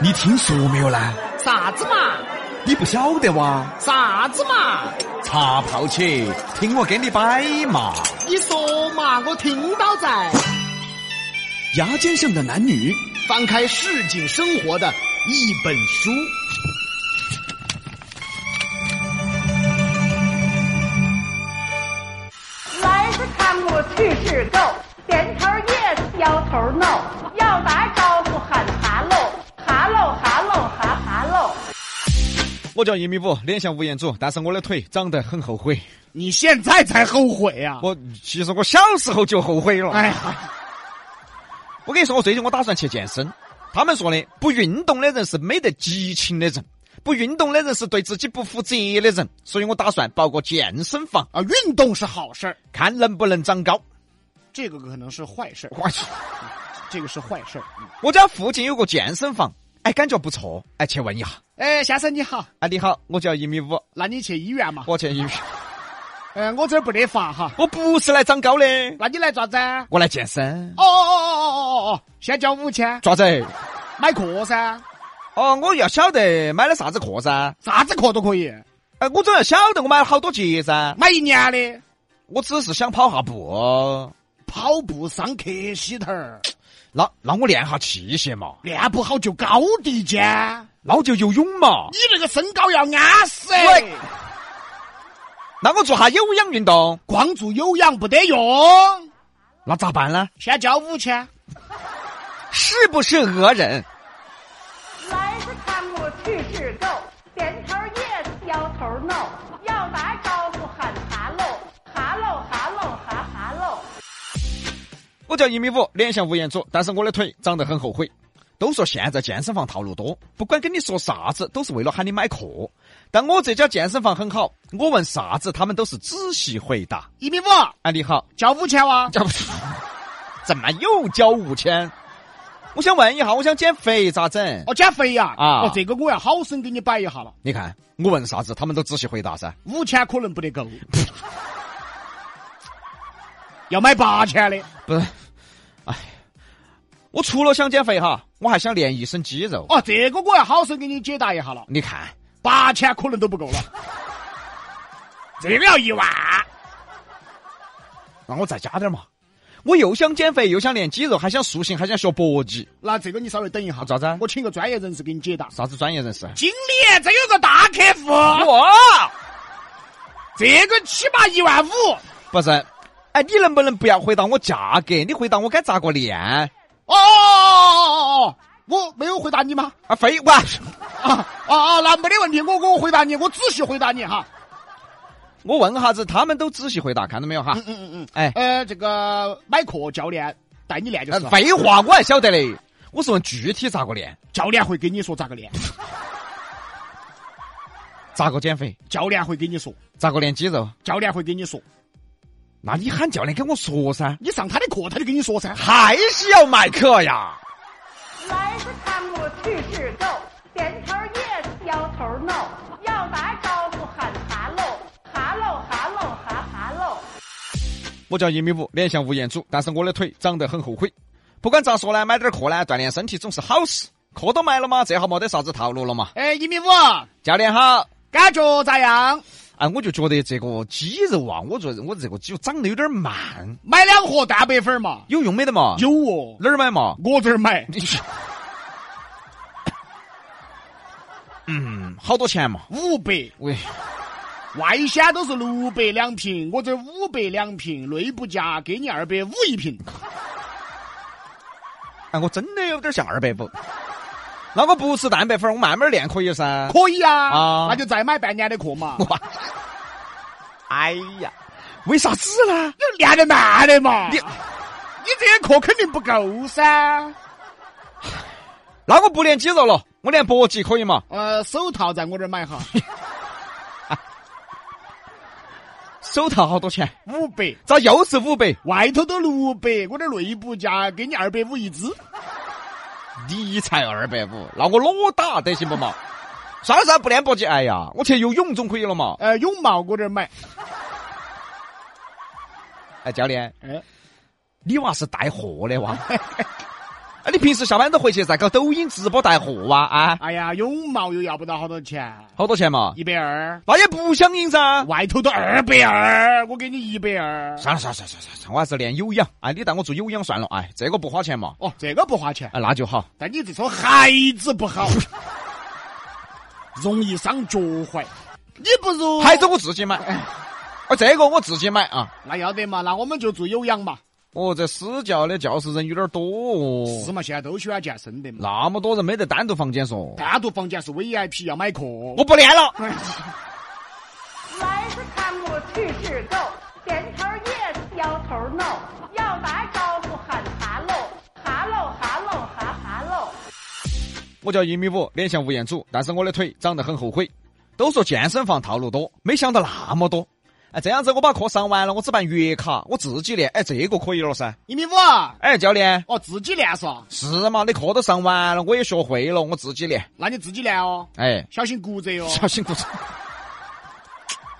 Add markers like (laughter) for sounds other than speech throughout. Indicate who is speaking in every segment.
Speaker 1: 你听说没有呢？
Speaker 2: 啥子嘛？
Speaker 1: 你不晓得哇？
Speaker 2: 啥子嘛？
Speaker 1: 茶泡起，听我给你摆嘛。
Speaker 2: 你说嘛，我听到在。
Speaker 1: 牙尖上的男女，
Speaker 2: 翻开市井生活的一本书，
Speaker 3: 来时看我去时够，点头 yes，摇头 no，要打招呼喊哈喽，哈喽哈喽哈哈喽。
Speaker 1: 我叫一米五，脸像吴彦祖，但是我的腿长得很后悔。
Speaker 4: 你现在才后悔呀、
Speaker 2: 啊
Speaker 1: 我其实我小时候就后悔了。
Speaker 4: 哎呀，
Speaker 1: 我跟你说，我最近我打算去健身。他们说的，不运动的人是没得激情的人，不运动的人是对自己不负责的人，所以我打算报个健身房，
Speaker 4: 啊，运动是好事儿，
Speaker 1: 看能不能长高。
Speaker 4: 这个可能是坏事儿，
Speaker 1: 我去，
Speaker 4: 这个是坏事儿。嗯
Speaker 1: 我家附近有个健身房，哎，感觉不错，哎，去问一下。
Speaker 4: 哎，先生你好，
Speaker 1: 哎，你好，我叫一米五，
Speaker 4: 那你去医院嘛？
Speaker 1: 我去一米，
Speaker 4: 呃，我这儿不得法哈，
Speaker 1: 我不是来长高的，
Speaker 4: 那你来咋子啊？
Speaker 1: 我来健身。
Speaker 4: 哦哦哦哦哦哦哦，先交五千
Speaker 1: 爪子？
Speaker 4: 买课噻，
Speaker 1: 哦，我要晓得买了啥子课噻，
Speaker 4: 啥子课都可以，
Speaker 1: 哎，我总要晓得我买了好多节噻，
Speaker 4: 买一年的，
Speaker 1: 我只是想跑下步。哦
Speaker 4: 跑步上客洗头儿，
Speaker 1: 那那我练下器械嘛，
Speaker 4: 练不好就高低肩，
Speaker 1: 那我就游泳嘛
Speaker 4: 你，那个身高要安实，
Speaker 1: 喂那我做下有氧运动，
Speaker 4: 光做有氧不得用，
Speaker 1: 那咋办呢？
Speaker 4: 先交五千。
Speaker 1: 是不是讹人？
Speaker 3: 来时看我去时够，点头 yes，摇头 no，要打招呼喊哈喽，哈喽哈喽哈哈喽。
Speaker 1: 我叫一米五，脸像吴彦祖，但是我的腿长得很后悔。都说现在健身房套路多，不管跟你说啥子，都是为了喊你买课。但我这家健身房很好，我问啥子，他们都是仔细回答。
Speaker 4: 一米五，
Speaker 1: 哎，你好，
Speaker 4: 交五千哇！
Speaker 1: 交不？怎么又交五千？我想问一下，我想减肥咋整？
Speaker 4: 哦，减肥呀！
Speaker 1: 啊
Speaker 4: 哦，这个我要好生给你摆一下了。
Speaker 1: 你看我问啥子，他们都仔细回答噻。
Speaker 4: 五千可能不得够， (laughs) 要买八千的。
Speaker 1: 不是，哎，我除了想减肥哈，我还想练一身肌肉。
Speaker 4: 哦，这个我要好生给你解答一下了。
Speaker 1: 你看，
Speaker 4: 八千可能都不够了， (laughs) 这个要一万。
Speaker 1: 让我再加点嘛。我又想减肥，又想练肌肉，还想塑形，还想学搏击。
Speaker 4: 那这个你稍微等一下，
Speaker 1: 咋子啊
Speaker 4: 我请个专业人士给你解答。
Speaker 1: 啥子专业人士？啊
Speaker 4: 经理，这有个大客户，
Speaker 1: 我
Speaker 4: 这个起码一万五。
Speaker 1: 不是。哎，你能不能不要回答我价格？你回答我该咋个练？
Speaker 4: 哦哦哦哦哦，我没有回答你吗？
Speaker 1: 啊，废话，
Speaker 4: 啊啊啊！那没得问题，我我回答你，我仔细回答你哈。
Speaker 1: 我问哈子，他们都仔细回答，看到没有哈？
Speaker 4: 嗯嗯嗯，
Speaker 1: 哎
Speaker 4: 嗯，呃，这个买课教练带你练就
Speaker 1: 呃
Speaker 4: 是了，
Speaker 1: 废话，我还晓得嘞。我是问具体咋个练，
Speaker 4: 教练会给你说咋个练，
Speaker 1: 咋个减肥，
Speaker 4: 教练会给你说，
Speaker 1: 咋个练肌肉。
Speaker 4: 教练会给你说，
Speaker 1: 那你喊教练跟我说噻，
Speaker 4: 你上他的课，他就给你说噻。
Speaker 1: 还是要买课呀？
Speaker 3: 来时看我去时够，点头 yes，摇头 no，要打招呼喊哈喽，哈喽哈喽哈哈喽。
Speaker 1: 我叫一米五，脸像吴彦祖，但是我的腿长得很后悔。不管咋说呢，买点课呢，锻炼身体总是好事。课都买了嘛，这下没得啥子套路了嘛。
Speaker 4: 哎，一米五，
Speaker 1: 教练好，
Speaker 4: 感觉咋样？
Speaker 1: 哎，我就觉得这个肌肉啊，我觉得我这个肌肉长得有点慢，
Speaker 4: 买两盒蛋白粉嘛？
Speaker 1: 有用没得嘛？
Speaker 4: 有哦，
Speaker 1: 哪儿买
Speaker 4: (laughs)
Speaker 1: 嘛？
Speaker 4: 我这儿买
Speaker 1: 你去。嗯，好多钱嘛？
Speaker 4: 五百，
Speaker 1: 喂，
Speaker 4: 外鲜都是六百两瓶，我这儿五百两瓶，内不加给你二百五一瓶。
Speaker 1: 哎，我真的有点像二百五。那我不吃蛋白粉，我慢慢练可以噻。
Speaker 4: (laughs) 可以啊，
Speaker 1: 啊
Speaker 4: 那就再买半年的课嘛。
Speaker 1: 哇！哎呀，为啥子呢？
Speaker 4: 你练得慢的嘛，
Speaker 1: 你
Speaker 4: 你你这些课肯定不够噻。
Speaker 1: 那我不练肌肉了，我练搏击可以嘛？
Speaker 4: 呃，手套在我这儿买哈，
Speaker 1: 手套好多钱？
Speaker 4: (laughs) 五百，
Speaker 1: 咋又是五百？
Speaker 4: 外头都六百，我这儿内部价给你二百五一支。
Speaker 1: 你才二百五，那我裸打得行不嘛？算了算了，不练搏击，哎呀，我去游泳总可以了嘛？
Speaker 4: 呃，泳帽我这儿买，
Speaker 1: 哎，教练，
Speaker 4: 哎，
Speaker 1: (laughs) 你娃是带货的哇？哎，你平时下班都回去在搞抖音直播带货哇啊？
Speaker 4: 哎呀，拥抱又要不到好多钱，
Speaker 1: 好多钱嘛？
Speaker 4: 一百二，
Speaker 1: 那也不相应噻。
Speaker 4: 外头都二百二，我给你一百二。
Speaker 1: 算了算了算了算了算了，我还是练有氧。哎，你带我做有氧算了。哎，这个不花钱嘛。
Speaker 4: 哦，这个不花钱，
Speaker 1: 哎，那就好。
Speaker 4: 但你这双鞋子不 (laughs) 好，容易伤脚踝。你不如
Speaker 1: 还是我自己买。哦，这个我自己买啊。
Speaker 4: 那要得嘛，那我们就做有氧嘛，
Speaker 1: 哦，这私教的教室人有点多
Speaker 4: 是
Speaker 1: 哦，
Speaker 4: 嘛？现在都喜欢健身的嘛。
Speaker 1: 那么多人没得单独房间嗦。
Speaker 4: 单独房间是 VIP，要买课。
Speaker 1: 我不练了。
Speaker 3: 来是看我去是够，点头 yes，摇头 no，要打招呼喊哈喽，哈喽哈喽哈哈喽。
Speaker 1: 我叫一米五，脸像吴彦祖，但是我的腿长得很后悔。都说健身房套路多，没想到那么多。哎，这样子我把课上完了，我只办月卡，我自己练。哎，这个可以了噻。
Speaker 4: 一米五，
Speaker 1: 哎，教练，
Speaker 4: 哦，自己练是吧？
Speaker 1: 是嘛？你课都上完了，我也学会了，我自己练。
Speaker 4: 那你自己练哦，
Speaker 1: 哎，
Speaker 4: 小心骨折哟。哦
Speaker 1: 小心骨折。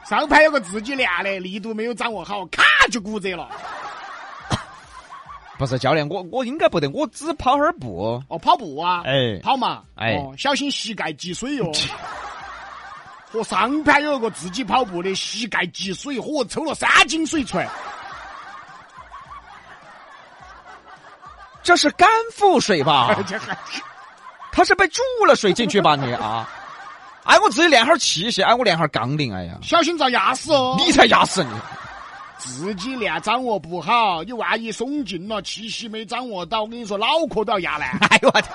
Speaker 4: 上排有个自己练的，力度没有掌握好，咔就骨折了。
Speaker 1: (laughs) 不是教练，我我应该不得，我只跑会儿步。
Speaker 4: 哦，跑步啊，
Speaker 1: 哎
Speaker 4: 跑嘛，
Speaker 1: 哎
Speaker 4: 哦，小心膝盖积水哟。和上盘有一个自己跑步的，膝盖积水，嚯，抽了三斤水出来。
Speaker 1: 这是肝腹水吧？
Speaker 4: 这还
Speaker 1: 他是被注了水进去吧你啊？哎，我自己练哈儿器械，哎，我练哈儿杠铃，哎呀，
Speaker 4: (laughs) 小心遭压死哦！
Speaker 1: 你才压死你！ (laughs)
Speaker 4: 自己练掌握不好，你万一松劲了，气息没掌握到，我跟你说，脑壳都要压烂。
Speaker 1: 哎呦我的，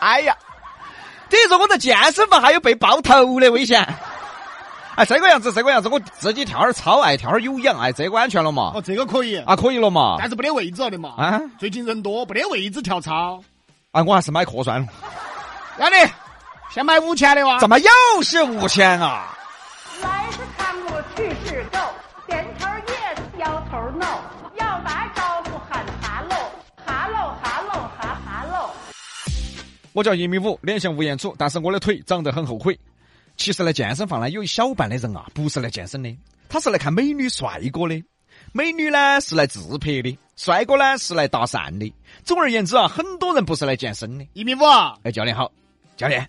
Speaker 1: 哎呀，等于说我在健身房还有被爆头的危险。哎，这个样子，这个样子，我自己跳哈儿操，哎，跳哈儿有氧，哎，这个安全了嘛
Speaker 4: 哦，？这个可以，
Speaker 1: 啊，可以了嘛？
Speaker 4: 但是没得位置了的嘛。
Speaker 1: 啊
Speaker 4: 最近人多，没得位置跳操。
Speaker 1: 哎，我还是买课算了。
Speaker 4: 要得，先买五千的哇。
Speaker 1: 怎么又是五千啊？
Speaker 3: 来是看我去是够，点头 yes，摇头 no，要打招呼喊哈喽，哈喽哈喽哈哈喽。
Speaker 1: 我叫一米五，脸像吴彦祖，但是我的腿长得很后悔。其实来健身房呢，有一小半的人啊，不是来健身的，他是来看美女帅哥的。美女呢是来自拍的，帅哥呢是来搭讪的。总而言之啊，很多人不是来健身的。
Speaker 4: 一米五。
Speaker 1: 哎，教练好，教练，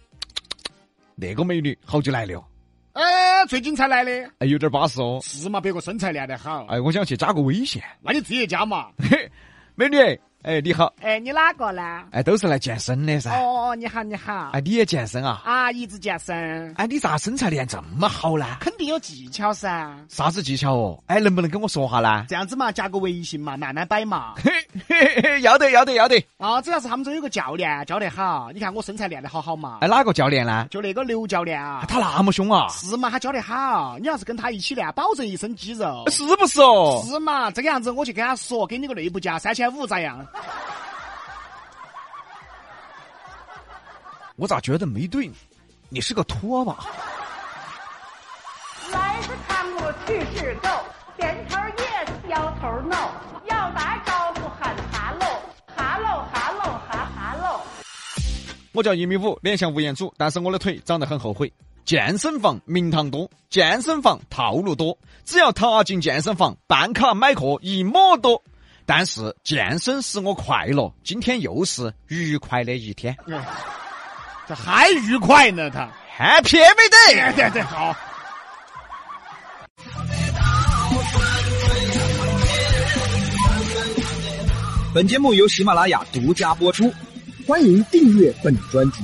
Speaker 1: 那个美女好久来了哟，
Speaker 4: 哎，最近才来的，
Speaker 1: 哎，有点巴适哦。
Speaker 4: 是嘛？别个身材练得好，
Speaker 1: 哎，我想去加个微信。
Speaker 4: 那你自己加嘛。
Speaker 1: 嘿，美女，哎，你好，
Speaker 5: 哎，你哪个呢？
Speaker 1: 哎，都是来健身的噻。
Speaker 5: 哦，你好，你好。
Speaker 1: 哎哎，你也健身啊？
Speaker 5: 啊，一直健身，
Speaker 1: 哎，你咋身材练这么好呢？
Speaker 5: 肯定有技巧噻。
Speaker 1: 啥子技巧哦？哎，能不能跟我说下呢？ (laughs)
Speaker 5: 这样子嘛，加个微信嘛，慢慢摆嘛。
Speaker 1: 嘿嘿嘿，要得要得要得。
Speaker 5: 哦，主要是他们这儿有个教练教得好，你看我身材练得好好嘛。
Speaker 1: 哎，哪个教练呢？
Speaker 5: 就那个刘教练啊，
Speaker 1: 他那么凶啊？
Speaker 5: 是嘛？他教得好，你要是跟他一起练，保证一身肌肉。
Speaker 1: 是不是哦？
Speaker 5: 是嘛？这个样子，我就跟他说，给你个内部价三千五咋样？
Speaker 1: 我咋觉得没对？你是个托吧？
Speaker 3: 来是看我去是够，点头 yes，摇头 no，要打招呼喊哈喽，哈喽哈喽哈哈喽。
Speaker 1: 我叫一米五，脸像吴彦祖，但是我的腿长得很后悔。健身房名堂多，健身房套路多，只要踏进健身房，办卡买课一摸多。但是健身使我快乐，今天又是愉快的一天
Speaker 4: 嗯这还愉快呢，他。
Speaker 1: ，Happy every day。
Speaker 4: 对哎对对，好。
Speaker 6: 本节目由喜马拉雅独家播出。
Speaker 2: 欢迎订阅本专辑。